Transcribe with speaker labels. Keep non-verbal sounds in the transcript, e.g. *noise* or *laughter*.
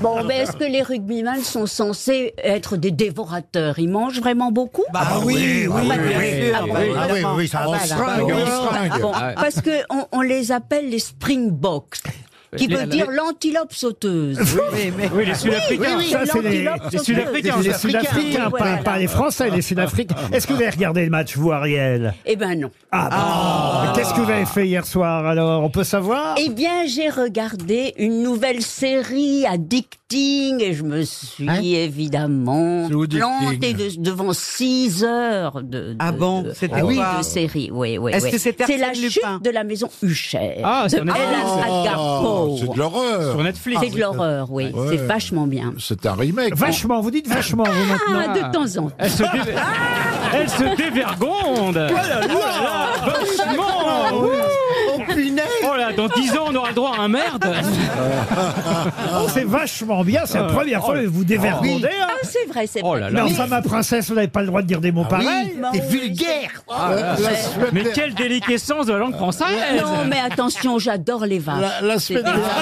Speaker 1: Bon, mais est-ce que les rugbyman sont censés être des dévorateurs Ils mangent vraiment beaucoup
Speaker 2: Bah oui, oui, oui,
Speaker 1: bah,
Speaker 2: bien
Speaker 1: oui,
Speaker 2: sûr.
Speaker 1: ah bah,
Speaker 2: oui,
Speaker 1: évidemment.
Speaker 2: oui, oui, ça en seringue, en seringue.
Speaker 1: Bon, Parce que on, on les appelle les springboks, qui veut dire l'antilope sauteuse.
Speaker 3: Oui,
Speaker 4: Ah,
Speaker 3: les Sud-Africains.
Speaker 1: oui,
Speaker 4: Ça, c'est les,
Speaker 1: l'antilope
Speaker 4: les
Speaker 1: sauteuse.
Speaker 4: Sud-Africains, les Sud-Africains,
Speaker 1: Oui,
Speaker 4: pas,
Speaker 1: voilà.
Speaker 4: pas les Français, les Sud-Africains. Est-ce que vous avez regardé le match, vous, Ariel
Speaker 1: Eh ben non.
Speaker 4: Ah, bah. Qu'est-ce que vous avez fait hier soir, alors On peut savoir
Speaker 1: Eh bien, j'ai regardé une nouvelle série addicting et je me suis évidemment
Speaker 2: C'est où, Addicting
Speaker 1: plantée de- devant 6 heures de, de-
Speaker 5: Ah bon,
Speaker 1: de-
Speaker 5: c'était
Speaker 1: ah oui,
Speaker 5: quoi
Speaker 1: de série. Oui, oui,
Speaker 5: Est-ce
Speaker 1: oui.
Speaker 5: que c'était
Speaker 1: C'est la
Speaker 5: Arsène
Speaker 1: chute
Speaker 5: Lupin
Speaker 1: de la maison Huchère.
Speaker 3: Ah,
Speaker 1: de
Speaker 3: sur Netflix.
Speaker 1: Ella Agapov.
Speaker 2: Oh, c'est de l'horreur.
Speaker 3: Sur Netflix.
Speaker 1: C'est de l'horreur, oui.
Speaker 2: Ouais.
Speaker 1: C'est vachement bien.
Speaker 2: C'est un remake.
Speaker 4: Ah, Vachement, vous dites vachement, vous, maintenant.
Speaker 1: Ah, de temps Ah. en temps.
Speaker 3: Elle se, dé- Elle se dévergonde Vachement Oh là, dans 10 ans, on aura le droit à un merde
Speaker 4: Ah, C'est vachement bien, c'est la première fois que vous dévergondez. hein.
Speaker 1: Ah, *laughs* c'est vrai, c'est
Speaker 3: Oh
Speaker 1: vrai.
Speaker 3: là
Speaker 4: Mais
Speaker 3: là
Speaker 4: enfin, ma princesse, vous n'avez pas le droit de dire des mots pareils.
Speaker 1: Bah, oui,
Speaker 2: La- la semaine
Speaker 3: Mais
Speaker 2: der-
Speaker 3: quelle déliquescence de la langue française
Speaker 1: Oh Non, mais attention, j'adore les vaches.
Speaker 2: la- la
Speaker 1: C'est des-
Speaker 2: semaine dernière-